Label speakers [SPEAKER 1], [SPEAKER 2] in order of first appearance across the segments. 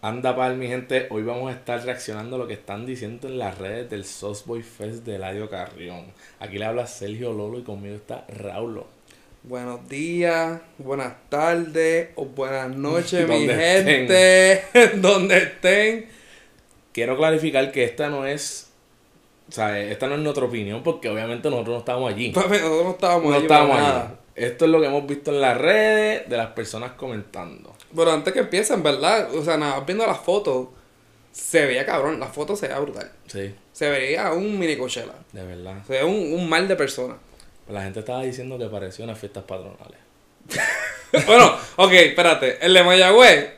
[SPEAKER 1] Anda pal, mi gente. Hoy vamos a estar reaccionando a lo que están diciendo en las redes del Sosboy Fest de Eladio Carrión. Aquí le habla Sergio Lolo y conmigo está Raulo.
[SPEAKER 2] Buenos días, buenas tardes o buenas noches, mi
[SPEAKER 1] Donde estén.
[SPEAKER 2] gente, donde estén.
[SPEAKER 1] Quiero clarificar que esta no es. O sea, esta no es nuestra opinión porque obviamente nosotros no estábamos allí.
[SPEAKER 2] Papi, Nosotros no estábamos
[SPEAKER 1] No
[SPEAKER 2] allí para
[SPEAKER 1] estábamos allí.
[SPEAKER 2] nada.
[SPEAKER 1] Esto es lo que hemos visto en las redes de las personas comentando.
[SPEAKER 2] Pero antes que empiecen, ¿verdad? O sea, nada, más viendo las fotos, se veía cabrón, la foto se veía brutal.
[SPEAKER 1] Sí,
[SPEAKER 2] Se veía un mini cochela,
[SPEAKER 1] de verdad.
[SPEAKER 2] se veía un, un mal de persona.
[SPEAKER 1] La gente estaba diciendo que parecía unas fiestas patronales.
[SPEAKER 2] bueno, ok, espérate, el de Mayagüez,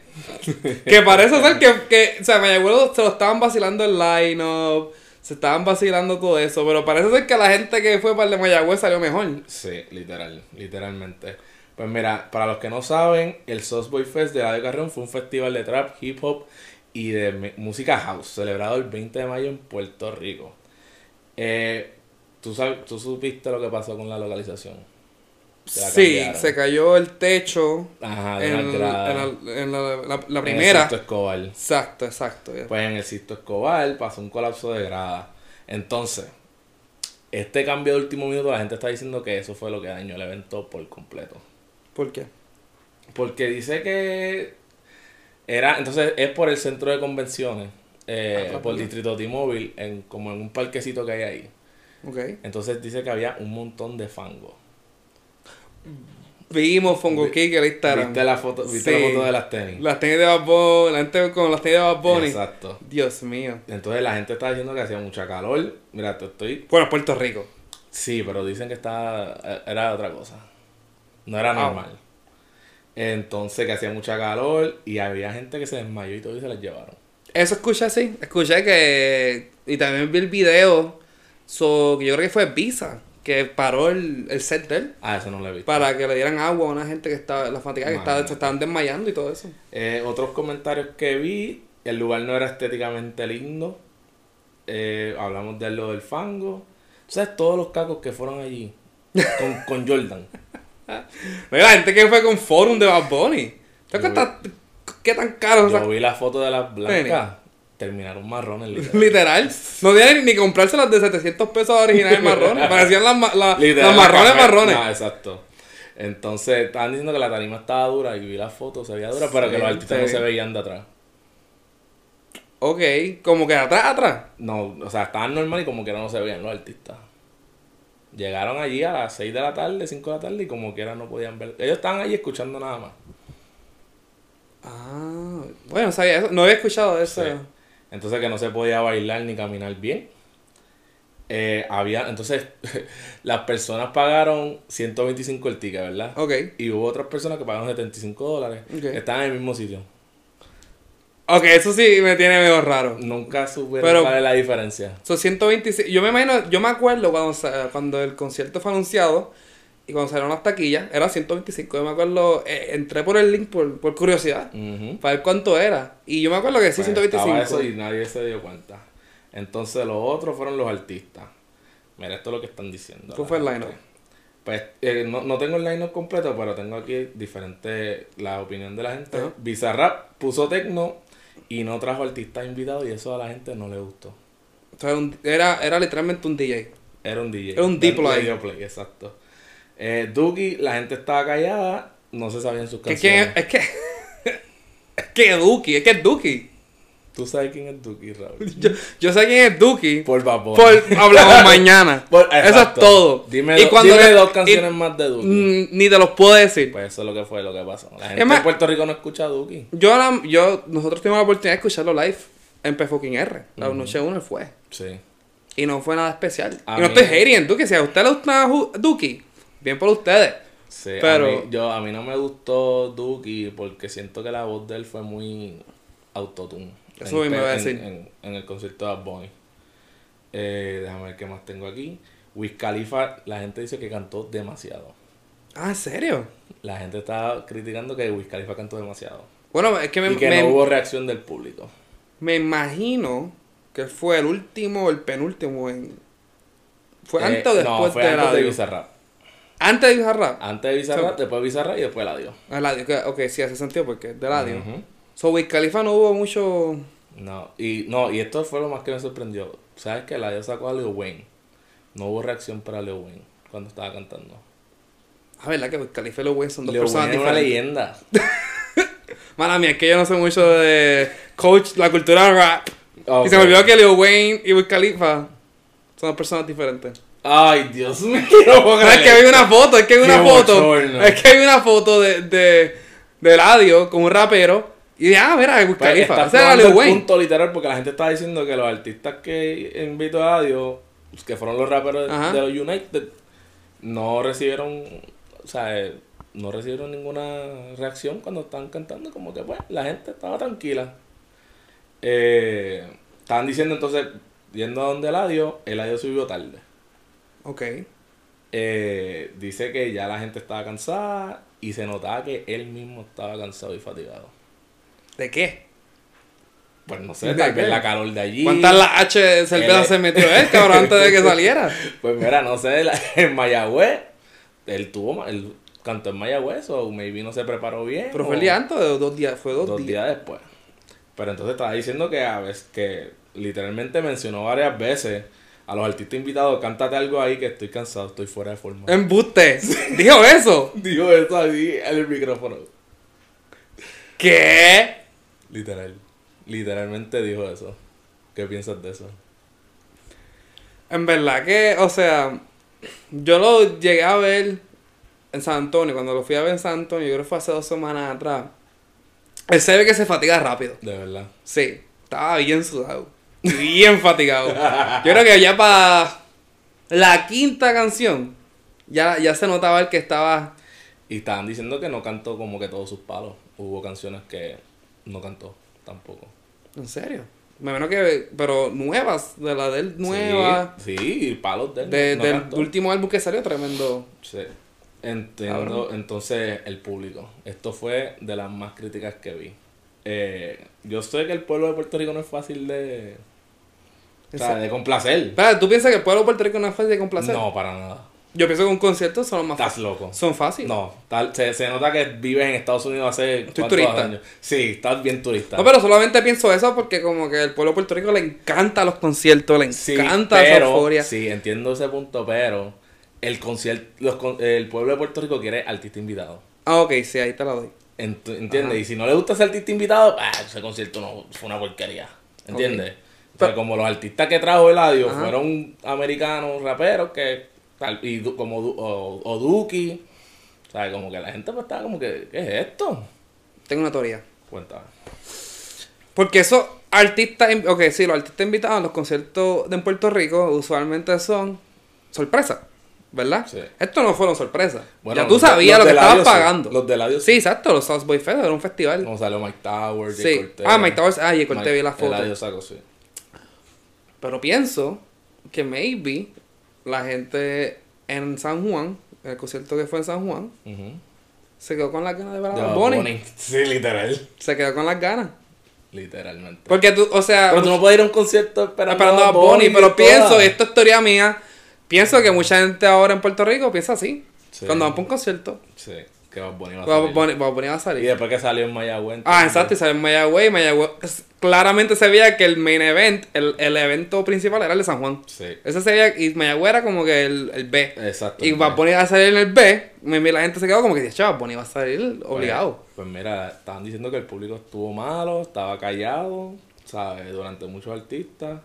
[SPEAKER 2] que parece ser que, que o sea, Mayagüez lo- se lo estaban vacilando el line-up, se estaban vacilando todo eso, pero parece ser que la gente que fue para el de Mayagüez salió mejor.
[SPEAKER 1] Sí, literal, literalmente. Pues mira, para los que no saben, el Sosboy Fest de Radio Carrión fue un festival de trap, hip hop y de mi- música house, celebrado el 20 de mayo en Puerto Rico. Eh, ¿tú, sabes, ¿Tú supiste lo que pasó con la localización? Se la
[SPEAKER 2] Sí,
[SPEAKER 1] cambiaron.
[SPEAKER 2] se cayó el techo
[SPEAKER 1] Ajá, de
[SPEAKER 2] en,
[SPEAKER 1] una grada.
[SPEAKER 2] en la, en la- la- la
[SPEAKER 1] En el
[SPEAKER 2] primera.
[SPEAKER 1] Sisto Escobar.
[SPEAKER 2] Exacto, exacto. ya.
[SPEAKER 1] Pues en el Sisto Escobar pasó un colapso de grada. Entonces, este cambio de último minuto, la gente está diciendo que eso fue lo que dañó el evento por completo.
[SPEAKER 2] ¿Por qué?
[SPEAKER 1] Porque dice que era, entonces es por el centro de convenciones, eh,
[SPEAKER 2] Ah,
[SPEAKER 1] por
[SPEAKER 2] rápido.
[SPEAKER 1] Distrito T-Mobile, en, como en un parquecito que hay ahí.
[SPEAKER 2] Ok.
[SPEAKER 1] Entonces dice que había un montón de fango.
[SPEAKER 2] Vimos Fongo Kick en Instagram.
[SPEAKER 1] ¿Viste la foto, viste
[SPEAKER 2] Sí.
[SPEAKER 1] la foto de las tenis?
[SPEAKER 2] Las tenis de Bad Bunny, la gente con las tenis de Bad Bunny.
[SPEAKER 1] Exacto.
[SPEAKER 2] Dios mío.
[SPEAKER 1] Entonces la gente está diciendo que hacía mucha calor. Mira, te estoy...
[SPEAKER 2] Bueno, Puerto Rico.
[SPEAKER 1] Sí, pero dicen que está eh, era otra cosa. No era
[SPEAKER 2] Ah.
[SPEAKER 1] normal. Entonces que hacía mucha calor y había gente que se desmayó y todo y se las llevaron.
[SPEAKER 2] Eso escuché así. Escuché que. Y también vi el video. So, que yo creo que fue Visa que paró el, el set de él
[SPEAKER 1] Ah, eso no lo he visto.
[SPEAKER 2] para que le dieran agua a una gente que estaba, las fanáticas que estaba, se estaban desmayando y todo eso.
[SPEAKER 1] Eh, otros comentarios que vi, el lugar no era estéticamente lindo. Eh, hablamos de lo del fango. Tú sabes todos los cacos que fueron allí con, con Jordan.
[SPEAKER 2] Mira, la gente que fue con Forum de Bad Bunny. ¿Sabes
[SPEAKER 1] Yo
[SPEAKER 2] qué, tan- qué tan caro?
[SPEAKER 1] Yo vi la foto de las blancas.
[SPEAKER 2] Tenis.
[SPEAKER 1] Terminaron marrones, literal.
[SPEAKER 2] Literal. No tienen ni comprarse las de 700 pesos originales marrones. Parecían las, ma- la-
[SPEAKER 1] Literal,
[SPEAKER 2] las marrones
[SPEAKER 1] café.
[SPEAKER 2] marrones.
[SPEAKER 1] Ah, exacto. Entonces, estaban diciendo que la tarima estaba dura y vi la foto, se veía dura, pero que
[SPEAKER 2] Sí,
[SPEAKER 1] los artistas no
[SPEAKER 2] sí.
[SPEAKER 1] se veían de atrás.
[SPEAKER 2] Ok, como que atrás, atrás.
[SPEAKER 1] No, o sea, estaban normal y como que no se veían los artistas. Llegaron allí a las 6 de la tarde, 5 de la tarde y como quiera no podían ver. Ellos estaban allí escuchando nada más.
[SPEAKER 2] Ah, bueno, sabía eso. No había escuchado de eso.
[SPEAKER 1] Sí. Entonces que no se podía bailar ni caminar bien. Eh, había, entonces las personas pagaron 125 el ticket, ¿verdad?
[SPEAKER 2] Ok.
[SPEAKER 1] Y hubo otras personas que pagaron 75 dólares.
[SPEAKER 2] Ok.
[SPEAKER 1] Estaban en el mismo sitio.
[SPEAKER 2] Ok, eso sí me tiene medio raro.
[SPEAKER 1] Nunca supe
[SPEAKER 2] Pero-
[SPEAKER 1] cuál es la diferencia.
[SPEAKER 2] Son 126. Yo me imagino, yo me acuerdo cuando, sa- cuando el concierto fue anunciado y cuando salieron las taquillas, era 125. Yo me acuerdo, eh, entré por el link por, por curiosidad
[SPEAKER 1] Ujú.
[SPEAKER 2] para ver cuánto era. Y yo me acuerdo que sí,
[SPEAKER 1] Pues estaba
[SPEAKER 2] 125.
[SPEAKER 1] eso y nadie se dio cuenta. Entonces los otros fueron los artistas. Mira, esto es lo que están diciendo.
[SPEAKER 2] ¿Cuál fue el line-up?
[SPEAKER 1] Pues eh, no, no tengo el line-up completo, pero tengo aquí diferente la opinión de la gente.
[SPEAKER 2] Ajá.
[SPEAKER 1] Bizarrap puso tecno y no trajo artistas invitados y eso a la gente no le gustó.
[SPEAKER 2] O sea, era un- era, era literalmente un DJ.
[SPEAKER 1] Era un DJ.
[SPEAKER 2] Era un Diplo
[SPEAKER 1] Le
[SPEAKER 2] ahí.
[SPEAKER 1] dio play, exacto. Eh, Duki, la gente estaba callada, no se sabían sus
[SPEAKER 2] Que quién
[SPEAKER 1] canciones.
[SPEAKER 2] es, es que. es que Duki, es que es Duki.
[SPEAKER 1] ¿Tú sabes quién es Duki, Raúl?
[SPEAKER 2] Yo, yo sé quién es Duki.
[SPEAKER 1] Por
[SPEAKER 2] Por,
[SPEAKER 1] favor.
[SPEAKER 2] hablamos mañana.
[SPEAKER 1] Por-
[SPEAKER 2] eso es
[SPEAKER 1] exacto.
[SPEAKER 2] todo.
[SPEAKER 1] Dime, do- dime
[SPEAKER 2] le-
[SPEAKER 1] dos
[SPEAKER 2] y-
[SPEAKER 1] canciones más de Duki.
[SPEAKER 2] mm, ni te los puedo decir.
[SPEAKER 1] Pues eso es lo que fue lo que pasó. La gente
[SPEAKER 2] más-
[SPEAKER 1] en Puerto Rico no escucha a Duki.
[SPEAKER 2] Yo, la- yo, nosotros tuvimos la oportunidad de escucharlo live en P-Fucking-R. La noche 1 fue.
[SPEAKER 1] Sí.
[SPEAKER 2] Y no fue nada especial.
[SPEAKER 1] A
[SPEAKER 2] y no
[SPEAKER 1] mí-
[SPEAKER 2] estoy hating en Duki. Si a usted le gusta Ju- Duki, bien por ustedes.
[SPEAKER 1] Sí,
[SPEAKER 2] Pero-
[SPEAKER 1] a mí, yo, a mí no me gustó Duki porque siento que la voz de él fue muy autotune.
[SPEAKER 2] Eso mismo iba a
[SPEAKER 1] en-
[SPEAKER 2] decir.
[SPEAKER 1] En, en el concierto de Bad Bunny. Eh, déjame ver qué más tengo aquí. Wiz Khalifa, la gente dice que cantó demasiado.
[SPEAKER 2] Ah, ¿en serio?
[SPEAKER 1] La gente está criticando que Wiz Khalifa cantó demasiado.
[SPEAKER 2] Bueno, es que me,
[SPEAKER 1] y que
[SPEAKER 2] me-
[SPEAKER 1] no hubo reacción del público.
[SPEAKER 2] me imagino que fue el último o el penúltimo en... ¿Fue
[SPEAKER 1] Eh,
[SPEAKER 2] antes o después
[SPEAKER 1] no, fue
[SPEAKER 2] de
[SPEAKER 1] antes de Ah.
[SPEAKER 2] Eladio?
[SPEAKER 1] Bizarrap.
[SPEAKER 2] Antes de Ah, Bizarrap.
[SPEAKER 1] Antes de Bizarrap,
[SPEAKER 2] Exacto.
[SPEAKER 1] después de Bizarrap y después la dio.
[SPEAKER 2] Eladio, que- ok, sí hace sentido porque es de Eladio. So, Wiz Khalifa no hubo mucho.
[SPEAKER 1] No, y no, y esto fue lo más que me sorprendió. ¿Sabes que la dio sacó a Lil Wayne? No hubo reacción para Lil Wayne cuando estaba cantando.
[SPEAKER 2] Ah, verdad que Wiz Khalifa y Lil Wayne son dos
[SPEAKER 1] Lil
[SPEAKER 2] personas
[SPEAKER 1] Wayne es una
[SPEAKER 2] diferentes.
[SPEAKER 1] leyenda.
[SPEAKER 2] Mala mía, es que yo no sé mucho de coach, la cultura del rap.
[SPEAKER 1] Ah, Ok.
[SPEAKER 2] Y se me olvidó que Lil Wayne y Wiz Khalifa son dos personas diferentes.
[SPEAKER 1] Ay, Dios mío. no puedo
[SPEAKER 2] Pero es
[SPEAKER 1] creer.
[SPEAKER 2] que hay una foto, es que hay una
[SPEAKER 1] Qué
[SPEAKER 2] foto.
[SPEAKER 1] bochorno.
[SPEAKER 2] Es que hay una foto de, de, de Eladio con un rapero. Y de, ah, mira, Wiz
[SPEAKER 1] Pues,
[SPEAKER 2] Khalifa.
[SPEAKER 1] estás
[SPEAKER 2] Ese era
[SPEAKER 1] probando
[SPEAKER 2] Lil
[SPEAKER 1] el
[SPEAKER 2] Wayne.
[SPEAKER 1] punto literal porque la gente estaba diciendo que los artistas que invitó a Dios, pues, que fueron los raperos de-
[SPEAKER 2] Ajá.
[SPEAKER 1] de los United, no recibieron, o sea, eh, no recibieron ninguna reacción cuando estaban cantando, como que pues la gente estaba tranquila. Eh, estaban diciendo entonces, yendo a donde Eladio, Eladio subió tarde.
[SPEAKER 2] Ok.
[SPEAKER 1] Eh, dice que ya la gente estaba cansada y se notaba que él mismo estaba cansado y fatigado.
[SPEAKER 2] ¿De qué?
[SPEAKER 1] Pues no sé,
[SPEAKER 2] ¿De
[SPEAKER 1] tal vez
[SPEAKER 2] qué?
[SPEAKER 1] la calor de allí.
[SPEAKER 2] ¿Cuántas la H de cerveza
[SPEAKER 1] Él-
[SPEAKER 2] se metió él, cabrón, antes de que saliera?
[SPEAKER 1] Pues mira, no sé, la- en Mayagüez, él tuvo, ma- él cantó en Mayagüez o maybe no se preparó bien.
[SPEAKER 2] Pero
[SPEAKER 1] o
[SPEAKER 2] fue el día antes, o dos días, fue dos,
[SPEAKER 1] Oh. dos días.
[SPEAKER 2] días.
[SPEAKER 1] después. Pero entonces estaba diciendo que a veces, que literalmente mencionó varias veces a los artistas invitados, cántate algo ahí que estoy cansado, estoy fuera de forma.
[SPEAKER 2] Em, Embuste. Dijo eso.
[SPEAKER 1] Dijo eso así en el micrófono.
[SPEAKER 2] ¿Qué?
[SPEAKER 1] Literal. Literalmente dijo eso. ¿Qué piensas de eso?
[SPEAKER 2] En verdad que, o sea, yo lo llegué a ver en San Antonio, cuando lo fui a ver en San Antonio, yo creo que fue hace dos semanas atrás. Él se ve que se fatiga rápido.
[SPEAKER 1] De verdad.
[SPEAKER 2] Sí, estaba bien sudado. Bien fatigado. Yo creo que ya para la quinta canción, ya, ya se notaba el que estaba...
[SPEAKER 1] Y estaban diciendo que no cantó como que todos sus palos. Hubo canciones que no cantó tampoco.
[SPEAKER 2] ¿En serio? Me menos que... Pero nuevas, de la del nueva,
[SPEAKER 1] Sí, sí, y palos de él.
[SPEAKER 2] de-
[SPEAKER 1] no
[SPEAKER 2] del
[SPEAKER 1] cantó.
[SPEAKER 2] último álbum que salió, tremendo.
[SPEAKER 1] Sí. Entiendo, entonces, el público. Esto fue de las más críticas que vi. Eh, yo sé que el pueblo de Puerto Rico no es fácil de. O sea, de complacer.
[SPEAKER 2] Espera, ¿tú piensas que el pueblo de Puerto Rico no es fácil de complacer? Ah,
[SPEAKER 1] No, para nada.
[SPEAKER 2] Yo pienso que un concierto son los más
[SPEAKER 1] Estás
[SPEAKER 2] fáciles.
[SPEAKER 1] loco.
[SPEAKER 2] Son fáciles. No.
[SPEAKER 1] No, tal- se, se nota que vives en Estados Unidos hace
[SPEAKER 2] Estoy
[SPEAKER 1] cuántos
[SPEAKER 2] turista.
[SPEAKER 1] años. Sí, estás bien turista.
[SPEAKER 2] pero solamente pienso eso porque como que el pueblo de Puerto Rico le encanta los conciertos, le
[SPEAKER 1] Sí,
[SPEAKER 2] encanta esa
[SPEAKER 1] pero-
[SPEAKER 2] euforia.
[SPEAKER 1] Sí, entiendo ese punto, pero el concierto, los con- el pueblo de Puerto Rico quiere artista invitado.
[SPEAKER 2] Ah, ok, sí, ahí te la doy.
[SPEAKER 1] Ent- ¿Entiendes?
[SPEAKER 2] Ajá.
[SPEAKER 1] Y si no le gusta ese artista invitado, ah, ese concierto no fue una porquería. ¿Entiendes? O sea,
[SPEAKER 2] Pero-
[SPEAKER 1] como los artistas que trajo Eladio
[SPEAKER 2] Ajá.
[SPEAKER 1] fueron americanos, raperos, que tal, y du- como du- o, o Duki. O sea, como que la gente pues estaba como que, ¿qué es esto?
[SPEAKER 2] Tengo una teoría.
[SPEAKER 1] Cuéntame.
[SPEAKER 2] Porque esos artistas, in- ok, sí, los artistas invitados en los conciertos de en Puerto Rico usualmente son sorpresas, ¿verdad?
[SPEAKER 1] Sí.
[SPEAKER 2] Esto no fueron sorpresas.
[SPEAKER 1] Bueno,
[SPEAKER 2] ya tú
[SPEAKER 1] los de-
[SPEAKER 2] sabías
[SPEAKER 1] los
[SPEAKER 2] lo que
[SPEAKER 1] de
[SPEAKER 2] estabas
[SPEAKER 1] Eladio sí,
[SPEAKER 2] pagando.
[SPEAKER 1] los de Eladio
[SPEAKER 2] Sí,
[SPEAKER 1] sí.
[SPEAKER 2] exacto, los South Boy Fest era un festival.
[SPEAKER 1] Como salió Mike Tower, Jay
[SPEAKER 2] Sí.
[SPEAKER 1] Cortez.
[SPEAKER 2] Ah, Mike Towers, ah, Jay Cortez,
[SPEAKER 1] Mike-
[SPEAKER 2] vi la foto.
[SPEAKER 1] Eladio sacó, sí.
[SPEAKER 2] Pero pienso que maybe la gente en San Juan, en el concierto que fue en San Juan,
[SPEAKER 1] Ujú.
[SPEAKER 2] se quedó con las ganas de ver a
[SPEAKER 1] De
[SPEAKER 2] Bad
[SPEAKER 1] Bad
[SPEAKER 2] Bunny.
[SPEAKER 1] Bunny. Sí, literal.
[SPEAKER 2] Se quedó con las ganas.
[SPEAKER 1] Literalmente.
[SPEAKER 2] Porque tú, o sea,
[SPEAKER 1] Pero tú no puedes ir a un concierto esperando,
[SPEAKER 2] esperando a Bad Bunny, pero
[SPEAKER 1] toda-
[SPEAKER 2] pienso, esto es teoría mía, pienso que mucha gente ahora en Puerto Rico piensa así.
[SPEAKER 1] Sí.
[SPEAKER 2] Cuando van para un concierto,
[SPEAKER 1] Sí, que Bad Bunny va a
[SPEAKER 2] Bad
[SPEAKER 1] salir.
[SPEAKER 2] Bunny, Bad Bunny va a
[SPEAKER 1] Y
[SPEAKER 2] salir.
[SPEAKER 1] después que salió en Mayagüez.
[SPEAKER 2] Ah,
[SPEAKER 1] entonces-
[SPEAKER 2] exacto, y sale en Mayagüey, Mayagüey. es- Claramente se veía que el main event, el, el evento principal era el de San Juan.
[SPEAKER 1] Sí,
[SPEAKER 2] Ese se veía, y Mayagüey era como que el, el B.
[SPEAKER 1] exacto.
[SPEAKER 2] Y Bad Bunny va a salir en el B. me- me- La gente se quedó como que dice, chaval, Bunny va a salir
[SPEAKER 1] Pues-
[SPEAKER 2] obligado.
[SPEAKER 1] Pues, mira, estaban diciendo que el público estuvo malo, estaba callado, ¿sabes? Durante muchos artistas.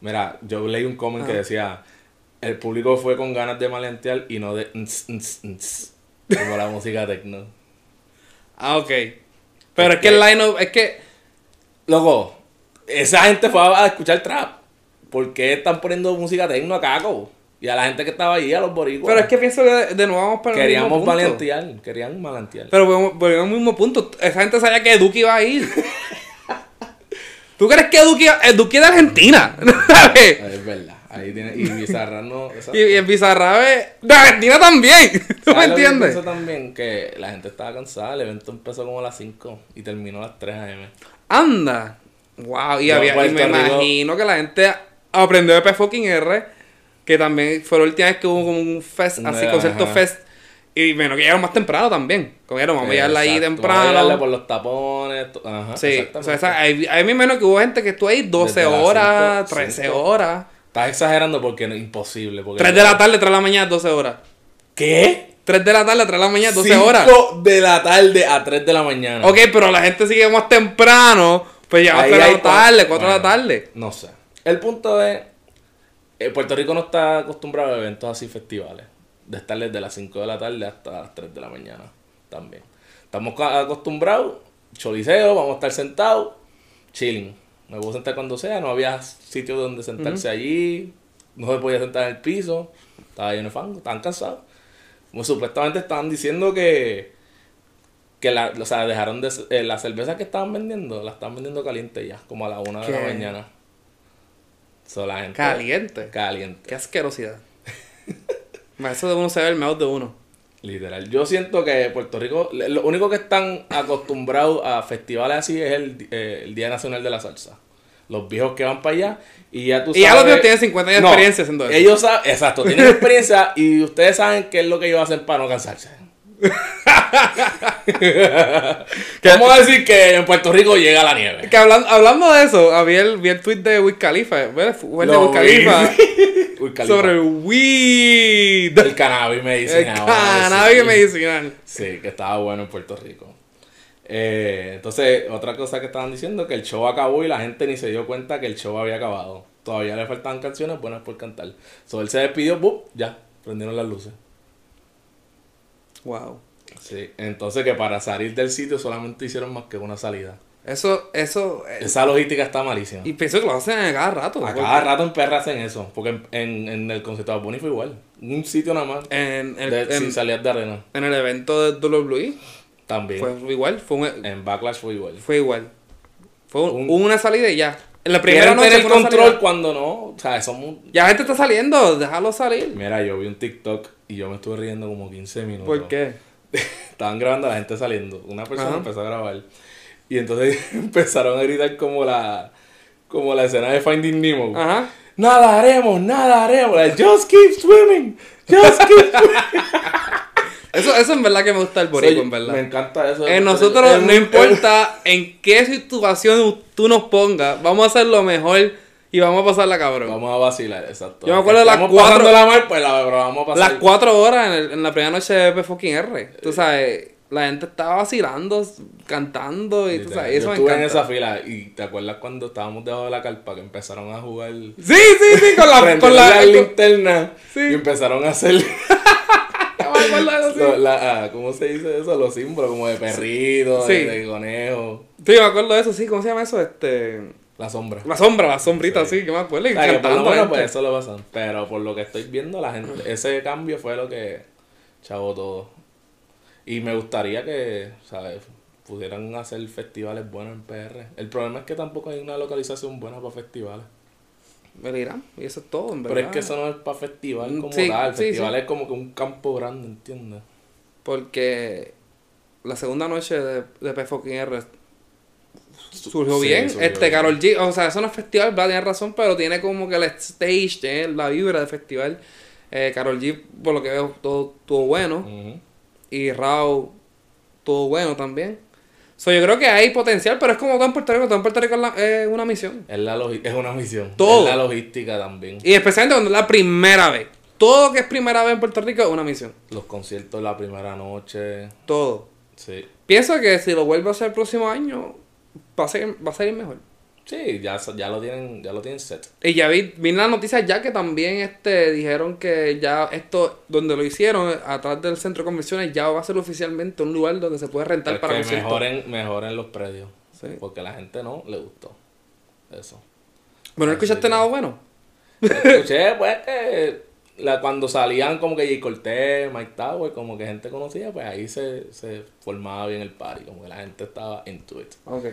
[SPEAKER 1] Mira, yo leí un comment que
[SPEAKER 2] Ajá.
[SPEAKER 1] decía: el público fue con ganas de maleantear y no de. ns, ns, ns", como la música techno.
[SPEAKER 2] Ah, ok. Pero es que el line es que.
[SPEAKER 1] Loco, esa gente fue a a escuchar trap. ¿Por qué están poniendo música techno a Caco? Y a la gente que estaba ahí, a los boricuas.
[SPEAKER 2] Pero es que pienso que de, de nuevo vamos para el mismo
[SPEAKER 1] Queríamos
[SPEAKER 2] punto.
[SPEAKER 1] maleantear, querían maleantear.
[SPEAKER 2] Pero volvemos volvemos al mismo punto. Esa gente sabía que Duki iba a ir. ¿Tú crees que Duki, eh, Duki es de Argentina? ¿Sabes?
[SPEAKER 1] Ah, Es verdad, ahí tiene. Y Bizarra no.
[SPEAKER 2] Y, y el Bizarrabe de Argentina también.
[SPEAKER 1] ¿Sabes Ah, lo
[SPEAKER 2] ¿Tú me
[SPEAKER 1] que yo
[SPEAKER 2] entiendes?
[SPEAKER 1] pienso también que la gente estaba cansada, el evento empezó como a las 5 y terminó a las 3 a.m.
[SPEAKER 2] Anda. Wow, y,
[SPEAKER 1] Yo,
[SPEAKER 2] había, y
[SPEAKER 1] Puerto
[SPEAKER 2] me
[SPEAKER 1] Rico-
[SPEAKER 2] imagino que la gente aprendió de P fucking R, que también fue la última vez que hubo como un fest, así
[SPEAKER 1] Ajá.
[SPEAKER 2] concierto fest. Y menos que llegaron más temprano también. Como vieron, vamos a llegarla ahí
[SPEAKER 1] Exacto,
[SPEAKER 2] temprano.
[SPEAKER 1] vamos a llegarle por los tapones. to- Ajá,
[SPEAKER 2] Sí, o
[SPEAKER 1] exactamente.
[SPEAKER 2] sea, esa- hay, hay mi menos que hubo gente que estuvo ahí 12
[SPEAKER 1] Desde las
[SPEAKER 2] horas,
[SPEAKER 1] cinco-
[SPEAKER 2] 13
[SPEAKER 1] cinco.
[SPEAKER 2] horas.
[SPEAKER 1] Estás exagerando porque es imposible. Porque
[SPEAKER 2] 3 de la tarde, 3 de la mañana, 12 horas.
[SPEAKER 1] ¿Qué?
[SPEAKER 2] 3 de la tarde, 3 de la mañana, 12
[SPEAKER 1] Cinco
[SPEAKER 2] horas.
[SPEAKER 1] de la tarde a 3 de la mañana.
[SPEAKER 2] Ok, pero la gente sigue más temprano, pues ya
[SPEAKER 1] Ahí
[SPEAKER 2] hasta
[SPEAKER 1] hay
[SPEAKER 2] la
[SPEAKER 1] cua-
[SPEAKER 2] tarde, 4 de la
[SPEAKER 1] Bueno,
[SPEAKER 2] tarde.
[SPEAKER 1] No sé. El punto es, eh, Puerto Rico no está acostumbrado a eventos así festivales. De estar desde las 5 de la tarde hasta las 3 de la mañana también. Estamos ca- acostumbrados, choliseo, vamos a estar sentados, chilling. Me puedo sentar cuando sea, no había sitio donde sentarse allí, no se podía sentar en el piso, estaba lleno de fango, estaban cansados. Como supuestamente estaban diciendo que, que la, o sea, dejaron de, eh, la cerveza que estaban vendiendo, la estaban vendiendo caliente ya, como a la una de la
[SPEAKER 2] ¿Qué?
[SPEAKER 1] mañana. So, la gente-
[SPEAKER 2] Caliente.
[SPEAKER 1] Caliente.
[SPEAKER 2] Qué asquerosidad. Ma, Eso de uno se ve el mejor de uno.
[SPEAKER 1] Literal. Yo siento que Puerto Rico, le- lo único que están acostumbrados a festivales así es el, eh, el Día Nacional de la Salsa. Los viejos que van para allá y ya tú
[SPEAKER 2] Y ya los viejos tienen 50 años de experiencia haciendo eso.
[SPEAKER 1] Ellos saben, exacto, tienen experiencia y ustedes saben qué es lo que ellos hacen para no cansarse. Vamos a decir que en Puerto Rico llega la nieve.
[SPEAKER 2] Que hablan- hablando de eso, había el, vi el tweet de Wiz Khalifa, ¿ves? Fue el de
[SPEAKER 1] Lo
[SPEAKER 2] Wiz Khalifa,
[SPEAKER 1] vi. Wiz Khalifa.
[SPEAKER 2] sobre el weed,
[SPEAKER 1] el cannabis
[SPEAKER 2] el
[SPEAKER 1] medicinal. vamos a decir.
[SPEAKER 2] cannabis medicinal.
[SPEAKER 1] Sí, que estaba bueno en Puerto Rico. Eh, entonces, otra cosa que estaban diciendo, que el show acabó y la gente ni se dio cuenta que el show había acabado. Todavía le faltaban canciones buenas por cantar. So, él se despidió, ¡bum! Ya, prendieron las luces.
[SPEAKER 2] Wow.
[SPEAKER 1] Sí, entonces que para salir del sitio solamente hicieron más que una salida.
[SPEAKER 2] Eso, eso, eh,
[SPEAKER 1] Esa logística está malísima.
[SPEAKER 2] y pienso que lo hacen a cada rato.
[SPEAKER 1] A
[SPEAKER 2] porque
[SPEAKER 1] cada rato en perra hacen eso, porque en, en- en el concierto de Bonnie fue igual. Un sitio nada más,
[SPEAKER 2] En, el-
[SPEAKER 1] de-
[SPEAKER 2] en-
[SPEAKER 1] sin salidas de arena.
[SPEAKER 2] en el evento de WWE
[SPEAKER 1] También.
[SPEAKER 2] fue igual, fue, un- e,
[SPEAKER 1] En Backlash fue igual.
[SPEAKER 2] fue igual. Fue un-
[SPEAKER 1] Un-
[SPEAKER 2] una salida y ya. En la primera
[SPEAKER 1] Quieren
[SPEAKER 2] noche
[SPEAKER 1] tener
[SPEAKER 2] fue una
[SPEAKER 1] control
[SPEAKER 2] salida.
[SPEAKER 1] cuando no, o sea, somos
[SPEAKER 2] Ya gente está saliendo, déjalo salir.
[SPEAKER 1] Mira, yo vi un TikTok y yo me estuve riendo como 15 minutos.
[SPEAKER 2] ¿Por qué?
[SPEAKER 1] Estaban grabando a la gente saliendo. Una persona
[SPEAKER 2] Ajá.
[SPEAKER 1] empezó a grabar. Y entonces empezaron a gritar como la como la escena de Finding Nemo.
[SPEAKER 2] Ajá.
[SPEAKER 1] Nada haremos, nada haremos. Like, Just keep swimming. Just keep swimming.
[SPEAKER 2] Eso, eso en verdad que me gusta el boricua,
[SPEAKER 1] Soy-
[SPEAKER 2] en verdad.
[SPEAKER 1] Me encanta eso. de
[SPEAKER 2] En
[SPEAKER 1] Puerto Rico.
[SPEAKER 2] nosotros
[SPEAKER 1] Es
[SPEAKER 2] no
[SPEAKER 1] un-
[SPEAKER 2] importa en qué situación tú nos pongas, vamos a hacer lo mejor y vamos a pasarla cabrón.
[SPEAKER 1] Vamos a vacilar, exacto.
[SPEAKER 2] Yo me acuerdo de las
[SPEAKER 1] Estamos
[SPEAKER 2] cuatro-
[SPEAKER 1] pasando la mal, pues la pero vamos a pasar. Eh.
[SPEAKER 2] Las cuatro horas en, el- en la primera noche de fucking R. Tú sabes, la gente estaba vacilando, cantando y tú sabes,
[SPEAKER 1] Yo
[SPEAKER 2] eso me
[SPEAKER 1] estuve en
[SPEAKER 2] encanta.
[SPEAKER 1] esa fila y te acuerdas cuando estábamos debajo de la carpa que empezaron a jugar
[SPEAKER 2] Sí, sí, sí, con la... con
[SPEAKER 1] prendieron
[SPEAKER 2] la,
[SPEAKER 1] la
[SPEAKER 2] con-
[SPEAKER 1] linterna
[SPEAKER 2] Sí.
[SPEAKER 1] y empezaron a hacer
[SPEAKER 2] ya me acuerdo de eso, sí.
[SPEAKER 1] lo- la- ah, ¿cómo se dice eso? Los símbolos como de perrito,
[SPEAKER 2] Sí.
[SPEAKER 1] de, de conejo,
[SPEAKER 2] Sí, me acuerdo de eso, sí, ¿cómo se llama eso? Este...
[SPEAKER 1] la sombra.
[SPEAKER 2] La sombra, la sombrita,
[SPEAKER 1] Sí.
[SPEAKER 2] sí, que me acuerdo. Y
[SPEAKER 1] O sea, que por lo
[SPEAKER 2] cantando,
[SPEAKER 1] menos
[SPEAKER 2] gente.
[SPEAKER 1] pues, eso lo pasan. Pero por lo que estoy viendo, la gente, ese cambio fue lo que chavo todo. Y me gustaría que, ¿sabes? Pudieran hacer festivales buenos en PR. El problema es que tampoco hay una localización buena para festivales.
[SPEAKER 2] Pero irán, y eso es todo, en verdad. Mm,
[SPEAKER 1] Pero es que eso no es para festival como
[SPEAKER 2] Sí,
[SPEAKER 1] tal.
[SPEAKER 2] sí, sí.
[SPEAKER 1] Festival es como que un campo grande, ¿entiendes?
[SPEAKER 2] Porque la segunda noche de, de P4R surgió
[SPEAKER 1] Sí,
[SPEAKER 2] bien.
[SPEAKER 1] surgió
[SPEAKER 2] este,
[SPEAKER 1] bien.
[SPEAKER 2] Carol G, o sea, eso no es festival, ¿verdad? Tienes razón, pero tiene como que el stage, tiene la vibra de festival. Eh, Carol G, por lo que veo, todo estuvo bueno.
[SPEAKER 1] Ujú.
[SPEAKER 2] Y Rao, todo bueno también. So, yo creo que hay potencial, pero es como todo en Puerto Rico. Todo en Puerto Rico es la- es una misión.
[SPEAKER 1] Es, la logi- es una misión.
[SPEAKER 2] Todo.
[SPEAKER 1] Es la logística también.
[SPEAKER 2] Y especialmente cuando es la primera vez. Todo que es primera vez en Puerto Rico es una misión.
[SPEAKER 1] Los conciertos la primera noche.
[SPEAKER 2] Todo.
[SPEAKER 1] Sí.
[SPEAKER 2] Pienso que si lo vuelvo a hacer el próximo año, va a ser, va a salir mejor.
[SPEAKER 1] Sí, ya, sa- ya lo tienen, ya lo tienen set.
[SPEAKER 2] Y ya vi, vi las noticias ya que también este dijeron que ya esto, donde lo hicieron, atrás del centro de convenciones, ya va a ser oficialmente un lugar donde se puede rentar
[SPEAKER 1] Pero
[SPEAKER 2] para
[SPEAKER 1] que
[SPEAKER 2] conciertos.
[SPEAKER 1] mejoren, mejoren los predios.
[SPEAKER 2] Sí.
[SPEAKER 1] Porque a la gente no le gustó. Eso.
[SPEAKER 2] Bueno, ¿no escuchaste nada bueno?
[SPEAKER 1] Escuché, pues, que la, cuando salían como que J. Cortés, Mike Tower, como que gente conocida, pues ahí se, se formaba bien el party. Como que la gente estaba into it.
[SPEAKER 2] Ok.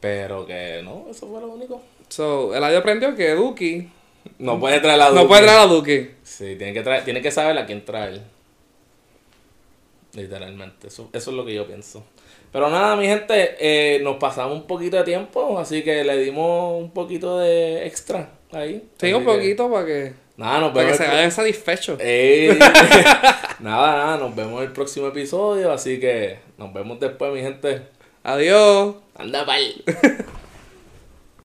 [SPEAKER 1] Pero que no, eso fue lo único.
[SPEAKER 2] So, Eladio aprendió que Duki
[SPEAKER 1] No puede traer la
[SPEAKER 2] no
[SPEAKER 1] Duki.
[SPEAKER 2] puede traer a Duki.
[SPEAKER 1] Sí, tiene que, traer, tiene que saber a quién traer. Literalmente, eso, eso es lo que yo pienso. Pero nada, mi gente, eh, nos pasamos un poquito de tiempo, así que le dimos un poquito de extra ahí.
[SPEAKER 2] Sí,
[SPEAKER 1] Así
[SPEAKER 2] un
[SPEAKER 1] que eh,
[SPEAKER 2] poquito para que...
[SPEAKER 1] Nada, nos
[SPEAKER 2] Para que
[SPEAKER 1] vemos.
[SPEAKER 2] se
[SPEAKER 1] el-
[SPEAKER 2] vayan satisfechos.
[SPEAKER 1] Ey. nada, nada, nos vemos en el próximo episodio. Así que nos vemos después, mi gente.
[SPEAKER 2] Adiós.
[SPEAKER 1] Anda, pal.